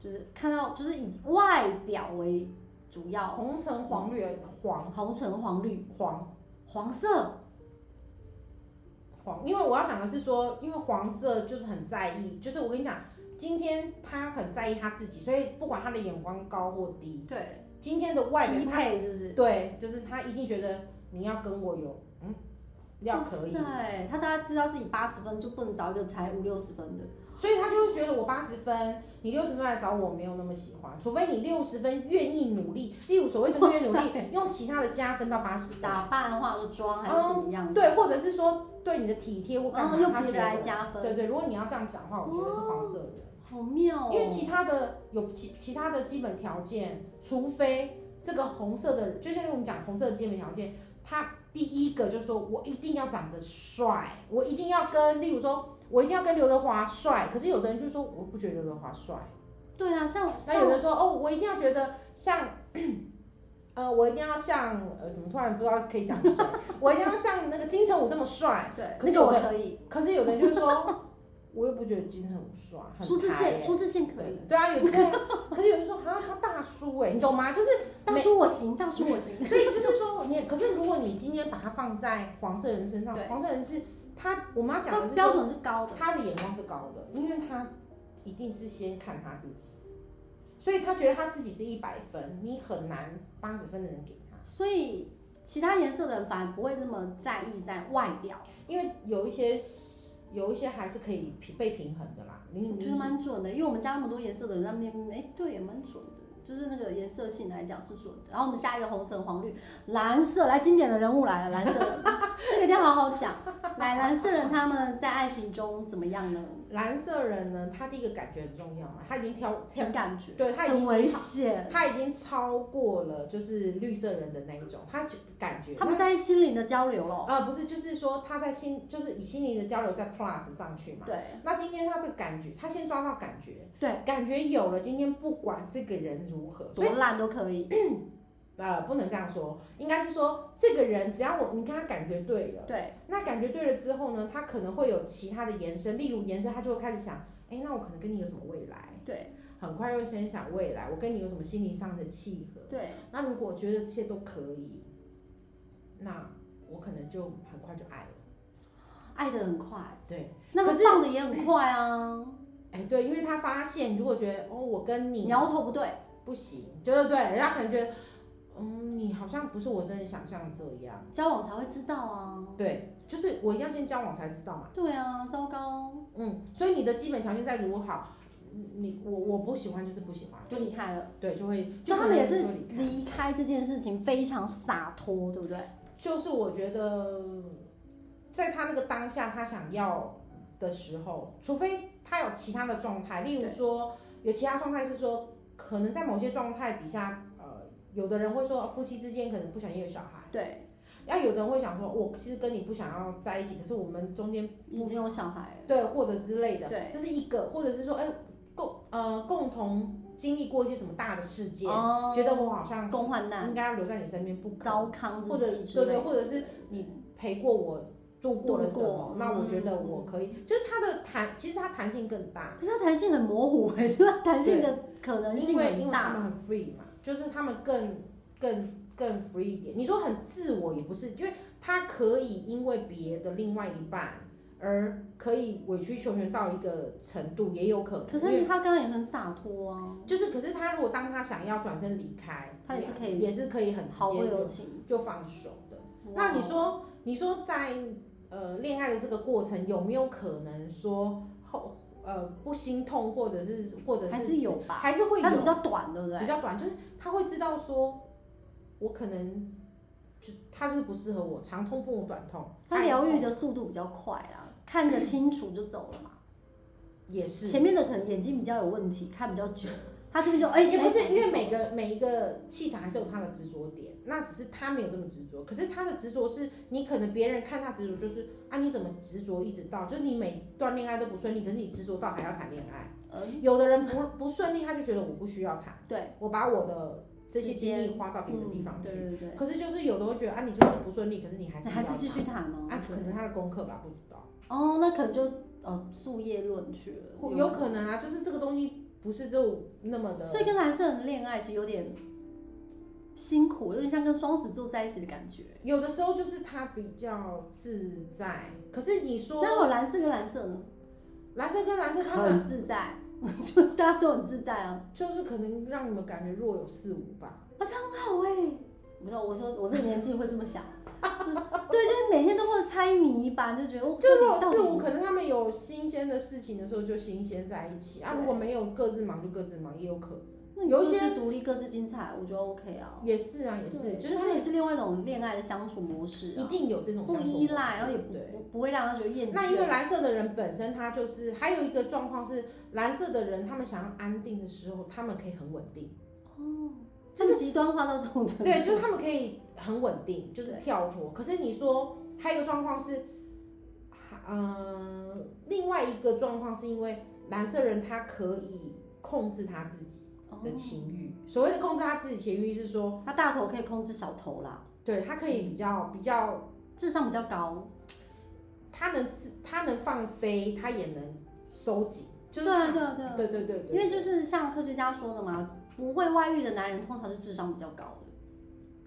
Speaker 2: 就是看到就是以外表为主要，
Speaker 1: 红橙黄绿黄
Speaker 2: 红、橙、黄、绿、
Speaker 1: 黄。
Speaker 2: 黄色，
Speaker 1: 黄，因为我要讲的是说，因为黄色就是很在意，就是我跟你讲，今天他很在意他自己，所以不管他的眼光高或低，
Speaker 2: 对，
Speaker 1: 今天的外
Speaker 2: 匹
Speaker 1: 表他
Speaker 2: 配是不是？
Speaker 1: 对，就是他一定觉得你要跟我有嗯，要可以，
Speaker 2: 对，他大概知道自己八十分，就不能找一个才五六十分的。
Speaker 1: 所以他就会觉得我八十分，你六十分来找我没有那么喜欢，除非你六十分愿意努力，例如所谓的
Speaker 2: 哇
Speaker 1: 愿意努
Speaker 2: 塞
Speaker 1: 力，用其他的加分到八十分，
Speaker 2: 打扮的话，就妆还是怎么样的，
Speaker 1: 对，或者是说哦对你的体贴或干
Speaker 2: 然
Speaker 1: 嘛，
Speaker 2: 后用
Speaker 1: 他觉
Speaker 2: 别人来
Speaker 1: 得
Speaker 2: 加分，
Speaker 1: 对对，如果你要这样讲的话，我觉得是黄色的人。
Speaker 2: 好妙哦。
Speaker 1: 因为其他的有其其他的基本条件，除非这个红色的，就像我们讲红色的基本条件，他第一个就是说我一定要长得帅，我一定要跟，例如说我一定要跟刘德华帅，可是有的人就说我不觉得刘德华帅，
Speaker 2: 对啊，像
Speaker 1: 那有
Speaker 2: 像
Speaker 1: 的人说哦，我一定要觉得像。呃，我一定要像呃，怎么突然不知道可以讲谁？我一定要像那个金城武这么帅。
Speaker 2: 对
Speaker 1: 可
Speaker 2: 那
Speaker 1: 是
Speaker 2: 个
Speaker 1: 有
Speaker 2: 我
Speaker 1: 的
Speaker 2: 可以，
Speaker 1: 可是有的人就是说，我又不觉得金城武帅，很
Speaker 2: 苏志
Speaker 1: 台欸
Speaker 2: 燮，苏志燮可
Speaker 1: 对
Speaker 2: 以，
Speaker 1: 对啊，有对啊，可是有人说好像他大叔哎、你懂吗？就是
Speaker 2: 大叔我行，大叔我行。
Speaker 1: 所以就是说你，可是如果你今天把它放在黄色人身上
Speaker 2: 对，
Speaker 1: 黄色人是 他我们要讲
Speaker 2: 他
Speaker 1: 的是
Speaker 2: 标
Speaker 1: 说
Speaker 2: 准是高的，
Speaker 1: 他的眼光是高的，因为他一定是先看他自己，所以他觉得他自己是一百分，你很难八十分的人给他，
Speaker 2: 所以其他颜色的人反而不会这么在意在外表，
Speaker 1: 因为有一些有一些还是可以平被平衡的啦。你
Speaker 2: 我觉得蛮准的，因为我们家那么多颜色的人，他们那哎对也蛮准的，就是那个颜色性来讲是准的。然后我们下一个红橙黄绿蓝色，来经典的人物来了，蓝色人，这个一定要好好讲。来，蓝色人他们在爱情中怎么样呢？
Speaker 1: 蓝色人呢，他第一个感觉很重要嘛，他已经挑挑
Speaker 2: 凭，感觉，
Speaker 1: 对他已
Speaker 2: 很
Speaker 1: 经
Speaker 2: 危
Speaker 1: 挑
Speaker 2: 险，
Speaker 1: 他已经超过了就是绿色人的那一种，他感觉
Speaker 2: 他不在意心灵的交流了。
Speaker 1: 呃不是，就是说他在心就是以心灵的交流在 plus 上去嘛。
Speaker 2: 对
Speaker 1: 那今天他这个感觉，他先抓到感觉，
Speaker 2: 对，
Speaker 1: 感觉有了，今天不管这个人如何，所以
Speaker 2: 多烂都可以，
Speaker 1: 呃不能这样说，应该是说这个人只要我你跟他感觉对了，
Speaker 2: 对，
Speaker 1: 那感觉对了之后呢，他可能会有其他的延伸，例如延伸他就会开始想，哎，那我可能跟你有什么未来？
Speaker 2: 对，
Speaker 1: 很快又先想未来，我跟你有什么心灵上的契合？
Speaker 2: 对，
Speaker 1: 那如果我觉得这些都可以，那我可能就很快就爱了。
Speaker 2: 爱的很快，
Speaker 1: 对，
Speaker 2: 那么
Speaker 1: 可是
Speaker 2: 放的也很快啊，
Speaker 1: 哎，对，因为他发现，如果觉得哦，我跟你
Speaker 2: 苗头不对，
Speaker 1: 不行，对对对，人家可能觉得，嗯，你好像不是我真的想象这样。
Speaker 2: 交往才会知道啊。
Speaker 1: 对，就是我一定要先交往才知道嘛。
Speaker 2: 对啊，糟糕，
Speaker 1: 嗯，所以你的基本条件再如何好，嗯你我我不喜欢就是不喜欢，
Speaker 2: 就离开了。
Speaker 1: 对，就会。
Speaker 2: 所以他们也是
Speaker 1: 就会离开
Speaker 2: 离开这件事情非常洒脱，对不对？
Speaker 1: 就是我觉得，在他那个当下他想要的时候，除非他有其他的状态，例如
Speaker 2: 对
Speaker 1: 说有其他状态是说，可能在某些状态底下，呃，有的人会说夫妻之间可能不小心有小孩，
Speaker 2: 对，
Speaker 1: 那有的人会想说，我其实跟你不想要在一起，可是我们中间
Speaker 2: 已经有小孩了，
Speaker 1: 对或者之类的，
Speaker 2: 对
Speaker 1: 这是一个，或者是说，哎、共呃共同经历过一些什么大的事件，
Speaker 2: 哦
Speaker 1: 觉得我好像
Speaker 2: 共患难、
Speaker 1: 应该要留在你身边，不可
Speaker 2: 糟糠
Speaker 1: 或
Speaker 2: 之
Speaker 1: 者
Speaker 2: 气之
Speaker 1: 对
Speaker 2: 类
Speaker 1: 对，
Speaker 2: 的，
Speaker 1: 或者是你陪过我度过了什
Speaker 2: 度
Speaker 1: 么
Speaker 2: 过，
Speaker 1: 那我觉得
Speaker 2: 嗯
Speaker 1: 我可以，就是它的弹，其实它弹性更大，
Speaker 2: 可是它弹性很模糊哎、欸，所以它弹性的可能
Speaker 1: 因
Speaker 2: 性
Speaker 1: 为因
Speaker 2: 很
Speaker 1: 为他们
Speaker 2: 大。
Speaker 1: 很 free 嘛，就是他们更更更 free 一点。你说很自我也不是，因为他可以因为别的另外一半而可以委曲求全到一个程度，也有可能。
Speaker 2: 可
Speaker 1: 因为
Speaker 2: 是它刚刚也很洒脱啊，
Speaker 1: 就是，可是他如果当他想要转身离开，
Speaker 2: 他也是可以
Speaker 1: 也是可以很直
Speaker 2: 毫不
Speaker 1: 接
Speaker 2: 留
Speaker 1: 就
Speaker 2: 情。
Speaker 1: 就放手的。
Speaker 2: 哇
Speaker 1: 那
Speaker 2: 哦
Speaker 1: 你说，你说在呃恋爱的这个过程，有没有可能说后呃不心痛，或者是或者是
Speaker 2: 还是有吧？
Speaker 1: 还是会有
Speaker 2: 它是比较短，对不
Speaker 1: 比
Speaker 2: 对？
Speaker 1: 较短，就是他会知道说，我可能就他就是不适合我，长痛不如短痛。
Speaker 2: 它疗愈
Speaker 1: 的
Speaker 2: 的速度比较快啦，看得清楚就走了嘛。
Speaker 1: 也是，
Speaker 2: 前面的可能眼睛比较有问题，看比较久，他这边就哎，
Speaker 1: 也不
Speaker 2: 哎
Speaker 1: 是因为每个每一个气场还是有他的执着点，那只是他没有这么执着，可是他的执着是你可能别人看他执着就是啊你怎么执着一直到，就是你每段恋爱都不顺利，可是你执着到还要谈恋爱。
Speaker 2: 呃
Speaker 1: 有的人不不顺利，他就觉得我不需要谈，
Speaker 2: 对
Speaker 1: 我把我的这些
Speaker 2: 时
Speaker 1: 精
Speaker 2: 间
Speaker 1: 力花到别的地方
Speaker 2: 嗯
Speaker 1: 去。
Speaker 2: 对对对，
Speaker 1: 可是就是有的会觉得啊你就是不顺利，可是你还是
Speaker 2: 那还
Speaker 1: 要
Speaker 2: 是继续谈哦。
Speaker 1: 啊，
Speaker 2: 我
Speaker 1: 可
Speaker 2: 觉得
Speaker 1: 能他的功课吧，不知道，
Speaker 2: 哦，那可能就呃树叶论去了，
Speaker 1: 有可能啊，就是这个东西不是就那么的，
Speaker 2: 所以跟蓝色人的恋爱其实有点辛苦，有点像跟双子座在一起的感觉。
Speaker 1: 有的时候就是他比较自在。可是你说
Speaker 2: 但我蓝色跟蓝色呢，
Speaker 1: 蓝色跟蓝色，他
Speaker 2: 很
Speaker 1: 们
Speaker 2: 自在， 就大家都很自在啊，
Speaker 1: 就是可能让你们感觉若有似无吧。
Speaker 2: 很好哎、
Speaker 1: 欸
Speaker 2: 不知道，我说我这个年纪会这么想，啊就是对，就是每天都会猜谜一般，就觉得我哦
Speaker 1: 就若有
Speaker 2: 到
Speaker 1: 似无，
Speaker 2: 底
Speaker 1: 可能他们有新鲜的事情的时候就新鲜在一起啊，
Speaker 2: 对哦
Speaker 1: 如果没有各自忙就各自忙，也有可能，
Speaker 2: 那你
Speaker 1: 有
Speaker 2: 各
Speaker 1: 一些
Speaker 2: 自独立，各自精彩，我觉得 OK 啊。
Speaker 1: 也是啊，也
Speaker 2: 对
Speaker 1: 是，就
Speaker 2: 就是
Speaker 1: 他
Speaker 2: 这
Speaker 1: 们
Speaker 2: 也是另外一种恋爱的相处模式
Speaker 1: 一
Speaker 2: 啊，
Speaker 1: 定有这种
Speaker 2: 不
Speaker 1: 相处
Speaker 2: 依
Speaker 1: 模
Speaker 2: 赖，
Speaker 1: 式
Speaker 2: 然后也不
Speaker 1: 对
Speaker 2: 不不会让他觉得厌倦。
Speaker 1: 那因为蓝色的人本身他就是还有一个状况是，蓝色的人他们想要安定的时候，他们可以很稳 定，
Speaker 2: 哦，
Speaker 1: 就
Speaker 2: 就是是极端化到这种程度，
Speaker 1: 对，就是他们可以很稳定，就是
Speaker 2: 对
Speaker 1: 跳脱。可是你说还有一个状况是，嗯、另外一个状况是因为蓝色人他可以控制他自己
Speaker 2: 哦
Speaker 1: 的情欲，所谓的控制他自己情欲是说，
Speaker 2: 他大头可以控制小头啦，
Speaker 1: 对他可以比较比较，
Speaker 2: 智商比较高。
Speaker 1: 他能自他能放飞，他也能收紧，就是
Speaker 2: 对啊，
Speaker 1: 他
Speaker 2: 对啊，对啊，
Speaker 1: 对对对对，
Speaker 2: 因为就是像科学家说的嘛，不会外遇的男人通常是智商比较高的。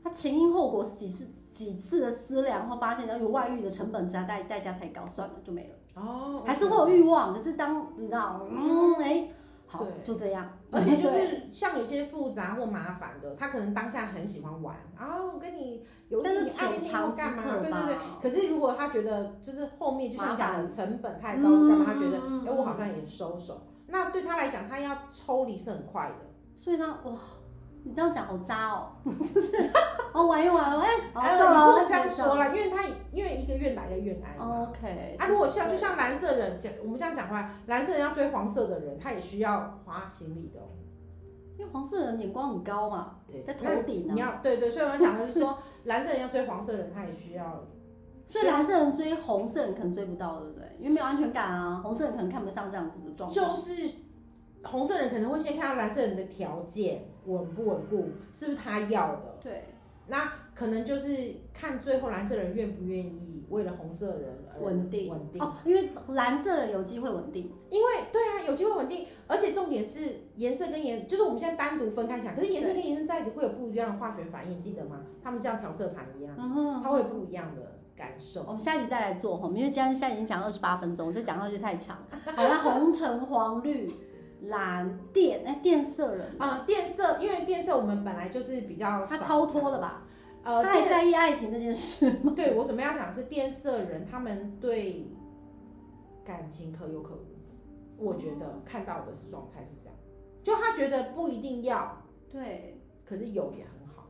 Speaker 2: 他前因后果几次几次的思量后，发现要有外遇的成本实在代代价太高，算了就没了。
Speaker 1: 哦，
Speaker 2: 还是会有欲望，可是当你知道，嗯，哎、好
Speaker 1: 对，
Speaker 2: 就这样。
Speaker 1: 而且就
Speaker 2: 嗯对，
Speaker 1: 是像有些复杂或麻烦的，他可能当下很喜欢玩啊，我跟你有啊
Speaker 2: 但
Speaker 1: 你
Speaker 2: 是
Speaker 1: 暧昧
Speaker 2: 浅
Speaker 1: 或
Speaker 2: 尝即
Speaker 1: 干嘛？
Speaker 2: 可
Speaker 1: 对对对。
Speaker 2: 吧。
Speaker 1: 可是如果他觉得就是后面就像
Speaker 2: 麻
Speaker 1: 讲
Speaker 2: 烦
Speaker 1: 的成本太高或干嘛，
Speaker 2: 嗯
Speaker 1: 他觉得
Speaker 2: 嗯
Speaker 1: 哎、我好像也收手。那对他来讲，他要抽离是很快的。
Speaker 2: 所以他哇，你这样讲好渣 哦，就是哦玩一玩，哎、好
Speaker 1: 哎、
Speaker 2: 到了
Speaker 1: 你不能这样
Speaker 2: 晚上
Speaker 1: 说啦，因为他因为一个愿打一个愿挨嘛。
Speaker 2: 哦 OK，
Speaker 1: 啊，如果像
Speaker 2: 对
Speaker 1: 就像蓝色人讲，我们这样讲话，蓝色人要追黄色的人，他也需要花心力的哦、
Speaker 2: 因为黄色人眼光很高嘛，
Speaker 1: 对，
Speaker 2: 哦在头
Speaker 1: 哎你
Speaker 2: 顶呢、啊，
Speaker 1: 要对对，所以我们讲的是说，蓝色人要追黄色人，他也需要
Speaker 2: 所以蓝色人追红色人可能追不到，对不对？因为没有安全感啊，红色人可能看不上这样子的状况。
Speaker 1: 就是红色人可能会先看到蓝色人的条件稳不稳固，是不是他要的，
Speaker 2: 对，
Speaker 1: 那可能就是看最后蓝色人愿不愿意为了红色人而
Speaker 2: 稳定
Speaker 1: 呃稳定，
Speaker 2: 哦，因为蓝色人有机会稳定，
Speaker 1: 因为对啊，有机会稳定，而且重点是颜色跟颜，就是我们现在单独分开讲，可是颜色跟颜色在一起会有不一样的化学反应，记得吗？他们像调色盘一样，
Speaker 2: 嗯哦哼，
Speaker 1: 它会有不一样的感受。
Speaker 2: 我们下一集再来做哈，因为今天现在已经讲二十八分钟，再讲下去太长。好了，红橙黄绿蓝靛，哎，靛色人，
Speaker 1: 啊、电色，因为电色我们本来就是比较
Speaker 2: 他
Speaker 1: 少
Speaker 2: 超脱了吧？
Speaker 1: 呃，
Speaker 2: 他还
Speaker 1: 电
Speaker 2: 在意爱情这件事吗？
Speaker 1: 对我准备要讲的是电色人，他们对感情可有可无，我觉得看到的是状态是这样，就他觉得不一定要，
Speaker 2: 对，
Speaker 1: 可是有也很好。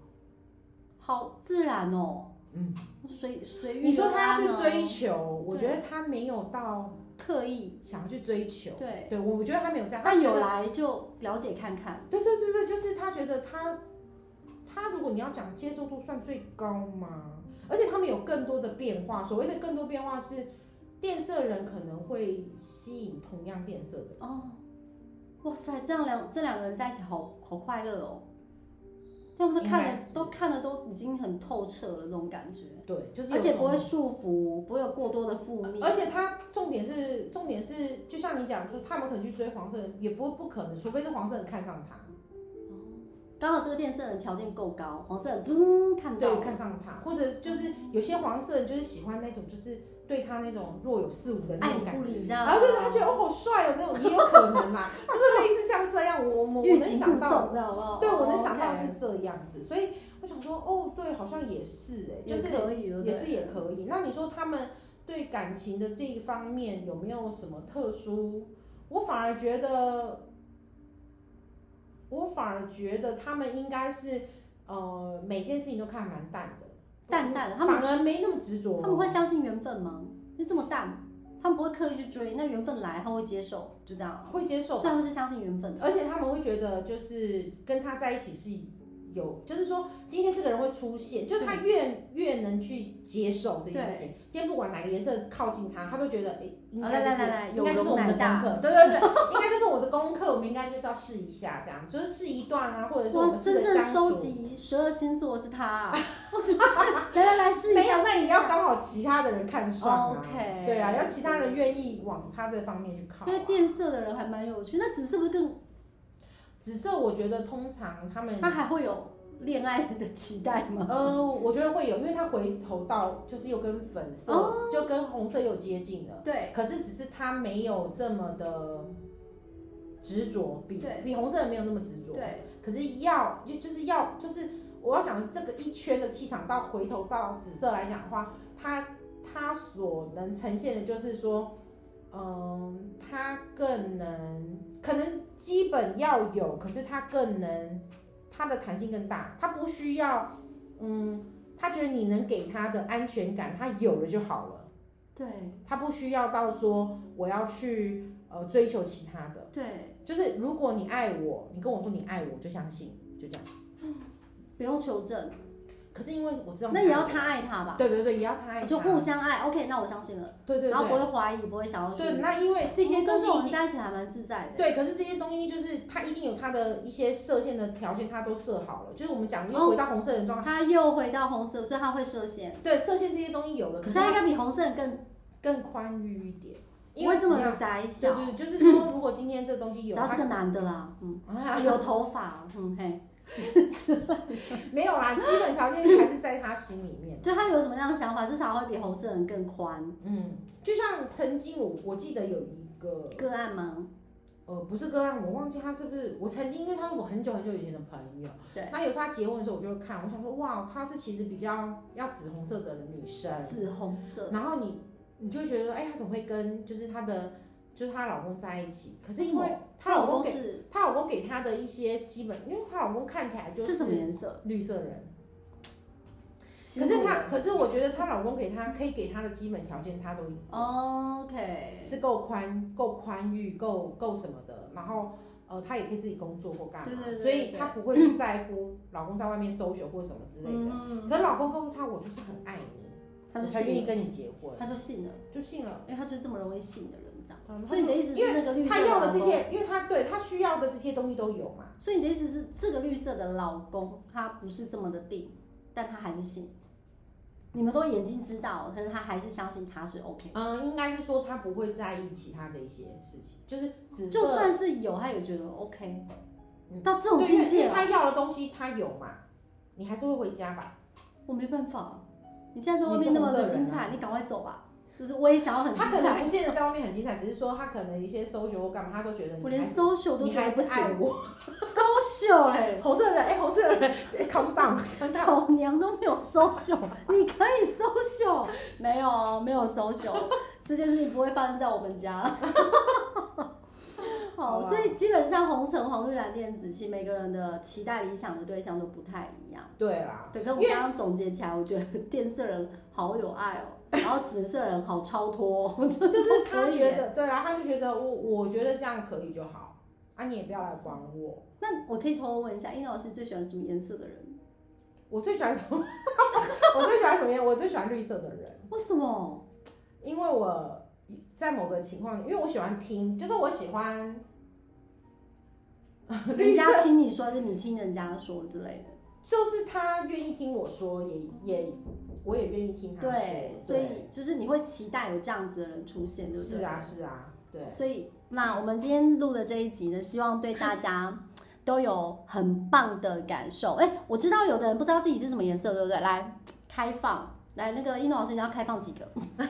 Speaker 2: 好自然哦，
Speaker 1: 嗯，
Speaker 2: 随随遇
Speaker 1: 你说他
Speaker 2: 而
Speaker 1: 要
Speaker 2: 安
Speaker 1: 去
Speaker 2: 啊
Speaker 1: 追求，我觉得他没有到
Speaker 2: 刻意，
Speaker 1: 想要去追求，
Speaker 2: 对，
Speaker 1: 对我觉得他没有这样，他
Speaker 2: 但有
Speaker 1: 觉得，
Speaker 2: 来就了解看看。
Speaker 1: 对对对对，就是他觉得他他如果你要讲接受度算最高嘛，而且他们有更多的变化，所谓的更多变化是。电色人可能会吸引同样电色的人
Speaker 2: 哦，哇塞，这样两这两个人在一起好好快乐哦。他们都看
Speaker 1: 应该
Speaker 2: 的
Speaker 1: 是
Speaker 2: 都看的都已经很透彻了，那种感觉，
Speaker 1: 对，就是有
Speaker 2: 而且不会
Speaker 1: 种
Speaker 2: 束缚，不会有过多的负面。
Speaker 1: 而且他重点是，重点是，就像你讲，就是他们可能去追黄色人，也不不可能，除非是黄色人看上他，
Speaker 2: 刚好这个电视人条件够高，黄色人噌看到
Speaker 1: 嗯对，，看上他，或者就是有些黄色人就是喜欢那种，就是对他那种若有似无的那
Speaker 2: 爱
Speaker 1: 种
Speaker 2: 理
Speaker 1: 感
Speaker 2: 不
Speaker 1: 觉。
Speaker 2: 理这样。
Speaker 1: 然后就是他觉得哦好帅哦那种，也有可能嘛， 就是类似像这样，我我我
Speaker 2: 欲
Speaker 1: 能
Speaker 2: 擒
Speaker 1: 想
Speaker 2: 故
Speaker 1: 到，
Speaker 2: 纵，知道不好？
Speaker 1: 对我能
Speaker 2: 哦
Speaker 1: 想到
Speaker 2: OK
Speaker 1: 是这样子，所以我想说哦对，好像也是哎、
Speaker 2: 也
Speaker 1: 就是
Speaker 2: 可以了，
Speaker 1: 也
Speaker 2: 对
Speaker 1: 是也可以。那你说他们对感情的这一方面有没有什么特殊？我反而觉得，我反而觉得他们应该是呃每件事情都看得蛮淡的，
Speaker 2: 淡淡的，他们
Speaker 1: 反而没那么执着。
Speaker 2: 他们会相信缘分吗？就这么淡，他们不会刻意去追，那缘分来他会接受，就这样。
Speaker 1: 会接
Speaker 2: 所
Speaker 1: 受
Speaker 2: 以，他们是相信缘分的，
Speaker 1: 而且他们会觉得就是跟他在一起是有，就是说今天这个人会出现，就是他越越能去接受这件事情。今天不管哪个颜色靠近他，他都觉得哎、诶应
Speaker 2: 啊
Speaker 1: 该就
Speaker 2: 来
Speaker 1: 是、
Speaker 2: 来来来
Speaker 1: 应该就是我们的功课，对对 对，应该就是我的功课，我们应该就是要试一下这样，就是试一段啊，或者是我
Speaker 2: 哇，
Speaker 1: 们试
Speaker 2: 真
Speaker 1: 着
Speaker 2: 正
Speaker 1: 相处。
Speaker 2: 收集十二星座是 他、啊，我是不是来来来试一
Speaker 1: 没有
Speaker 2: 下，，
Speaker 1: 那
Speaker 2: 试一
Speaker 1: 你要
Speaker 2: 下。
Speaker 1: 刚好其他的人看上啊
Speaker 2: OK
Speaker 1: 对啊，要其他人愿意往他这方面去靠、啊。
Speaker 2: 所以电色的人还蛮有趣，那紫色不是更
Speaker 1: 紫色，我觉得通常他们
Speaker 2: 他还会有恋爱的期待吗？
Speaker 1: 嗯呃，我觉得会有，因为他回头到就是又跟粉色，
Speaker 2: 哦
Speaker 1: 就跟红色又接近了。
Speaker 2: 对，
Speaker 1: 可是只是他没有这么的执着，比
Speaker 2: 对
Speaker 1: 比红色人没有那么执着。
Speaker 2: 对，
Speaker 1: 可是要就就是要就是我要讲的是这个一圈的气场，到回头到紫色来讲的话，它它所能呈现的就是说，嗯，它更能可能基本要有，可是它更能它的弹性更大，它不需要嗯，他觉得你能给他的安全感，他有了就好了，
Speaker 2: 对，
Speaker 1: 他不需要到说我要去呃追求其他的。
Speaker 2: 对，
Speaker 1: 就是如果你爱我，你跟我说你爱我，我就相信，就这样。
Speaker 2: 不用求证，
Speaker 1: 可是因为我知道你
Speaker 2: 那也要
Speaker 1: 爱
Speaker 2: 他爱他吧
Speaker 1: 我，，对对对，也要他爱他，
Speaker 2: 就互相爱。OK，那我相信了，
Speaker 1: 对对
Speaker 2: 然后不
Speaker 1: 对。
Speaker 2: 会怀疑，不会想要去
Speaker 1: 所以那因为这些
Speaker 2: 哦跟
Speaker 1: 东
Speaker 2: 这
Speaker 1: 西
Speaker 2: 种人
Speaker 1: 一定
Speaker 2: 在一起还蛮自在的。
Speaker 1: 对，可是这些东西就是他一定有他的一些设限的条件，他都设好了。就是我们讲又回到红色人状态，
Speaker 2: 他又回到红色，所以他会射线，
Speaker 1: 对，设限这些东西有了，
Speaker 2: 可
Speaker 1: 可
Speaker 2: 是
Speaker 1: 是
Speaker 2: 他应
Speaker 1: 他
Speaker 2: 该比红色人更
Speaker 1: 更宽裕一点，
Speaker 2: 不
Speaker 1: 因为
Speaker 2: 会这么
Speaker 1: 只要
Speaker 2: 的窄
Speaker 1: 对
Speaker 2: 小，
Speaker 1: 对，对就是说如果今天这东西
Speaker 2: 只
Speaker 1: 有，
Speaker 2: 要是
Speaker 1: 他
Speaker 2: 个男的啦，嗯，
Speaker 1: 啊
Speaker 2: 有头发，嗯嘿，
Speaker 1: 没 有啦，基本条件还是在他心里面。
Speaker 2: 就他有什么样的想法，至少会比红色人更宽。
Speaker 1: 嗯，就像曾经我我记得有一个
Speaker 2: 个案吗？
Speaker 1: 呃，不是个案，我忘记他是不是我曾经，因为他是我很久很久以前的朋友，
Speaker 2: 对，
Speaker 1: 那有时候他结婚的时候我就会看，我想说哇，她是其实比较要紫红色的女生，
Speaker 2: 紫红色，
Speaker 1: 然后你你就会觉得说，哎、她怎么会跟就是她的就是她老公在一起？可是因为她
Speaker 2: 她
Speaker 1: 老
Speaker 2: 老
Speaker 1: 公给
Speaker 2: 公是
Speaker 1: 她老公给她的一些基本，因为她老公看起来就是
Speaker 2: 什么颜色？
Speaker 1: 绿色人，可
Speaker 2: 可
Speaker 1: 是她可是我觉得她老公给她可以给她的基本条件，她都有。
Speaker 2: 哦 OK，
Speaker 1: 是够宽、够宽裕、够够什么的，然后呃，她也可以自己工作或干嘛，
Speaker 2: 对对对
Speaker 1: 所以
Speaker 2: 对
Speaker 1: 她不会去在乎老公在外面搜寻或什么之类的。
Speaker 2: 嗯，
Speaker 1: 可是老公告诉她，我就是很爱你，
Speaker 2: 他
Speaker 1: 我
Speaker 2: 就
Speaker 1: 才愿意
Speaker 2: 信了，
Speaker 1: 跟你结婚，
Speaker 2: 他就信了，
Speaker 1: 就信了。
Speaker 2: 因为他就是这么容易信的人，这样。
Speaker 1: 嗯
Speaker 2: 所以你的意思
Speaker 1: 因
Speaker 2: 是那个绿色
Speaker 1: 她要的这
Speaker 2: 老公
Speaker 1: 些，因为她对她需要的这些东西都有嘛，
Speaker 2: 所以你的意思是，这个绿色的老公他不是这么的定，但他还是信。你们都眼睛知道，可是他还是相信他是 OK。
Speaker 1: 嗯，应该是说她不会在意其他这一些事情，就是紫色，
Speaker 2: 就算是有，他也觉得 OK
Speaker 1: 嗯。
Speaker 2: 到这
Speaker 1: 对，
Speaker 2: 种
Speaker 1: 因为
Speaker 2: 境界
Speaker 1: 因为
Speaker 2: 哦了，
Speaker 1: 她要的东西她有嘛，你还是会回家吧。
Speaker 2: 我没办法。你现在在外面那么的精彩，你赶快走吧。就是我也想要很精
Speaker 1: 啊他可能
Speaker 2: 彩，
Speaker 1: 不见得在外面很精彩，只是说他可能一些搜寻或干嘛，他都觉得你
Speaker 2: 我连
Speaker 1: 还
Speaker 2: social 都
Speaker 1: 你
Speaker 2: 觉得
Speaker 1: 还
Speaker 2: 不
Speaker 1: 是
Speaker 2: 行
Speaker 1: 爱我。
Speaker 2: ，social 哎，
Speaker 1: 红色人，哎、红色人，come down，come down。
Speaker 2: 老娘都没有 social，你可以 social，没有没有 social，这件事情不会发生在我们家。
Speaker 1: 好
Speaker 2: 好，
Speaker 1: 啊
Speaker 2: 所以基本上红橙黄绿蓝靛紫，其实每个人的期待理想的对象都不太一样。
Speaker 1: 对啦，
Speaker 2: 对，跟我刚刚总结起来，我觉得电色人好有爱 哦，然后紫色人好超脱哦，就
Speaker 1: 就是他觉得，对啦，他就觉得我，我觉得这样可以就好，啊，你也不要来管我。
Speaker 2: 那我可以偷偷问一下，殷老师最喜欢什么颜色的人？
Speaker 1: 我最喜欢什么？ 我最喜欢什么样？我最喜欢绿色的人，
Speaker 2: 为什么？
Speaker 1: 因为我在某个情况，因为我喜欢听，就是我喜 欢绿
Speaker 2: 人
Speaker 1: 色
Speaker 2: 家听你说，还是你听人家说之类的？
Speaker 1: 就是他愿意听我说，也也我也愿意听他说。
Speaker 2: 对，所以就是你会期待有这样子的人出现，对不对？
Speaker 1: 是啊，是啊，对。
Speaker 2: 所以，那我们今天录的这一集呢，希望对大家 都有很棒的感受。哎、我知道有的人不知道自己是什么颜色，对不对？来，开放，来，那个一诺老师，你要开放几个？
Speaker 1: 我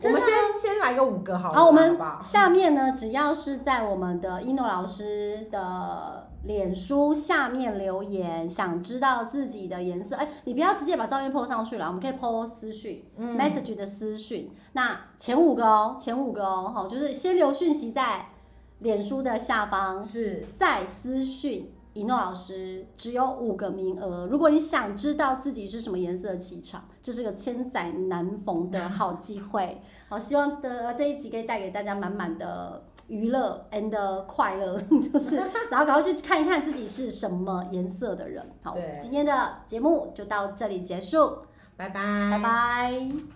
Speaker 2: 真的啊
Speaker 1: 们先先来个五个好了，
Speaker 2: 好我们
Speaker 1: 好不好
Speaker 2: 下面呢，只要是在我们的一诺老师的脸书下面留言，想知道自己的颜色，哎、你不要直接把照片 PO 上去了，我们可以 PO 私讯、
Speaker 1: 嗯
Speaker 2: message 的私讯。那前五个哦，前五个哦，好，就是先留讯息在脸书的下方，
Speaker 1: 是
Speaker 2: 再私讯一诺老师，只有五个名额。如果你想知道自己是什么颜色的气场，这是个千载难逢的好机会。 好，希望的这一集可以带给大家满满的娱乐 and 快乐，就是然后赶快去看一看自己是什么颜色的人。好
Speaker 1: 对，
Speaker 2: 今天的节目就到这里结束，
Speaker 1: 拜
Speaker 2: 拜拜。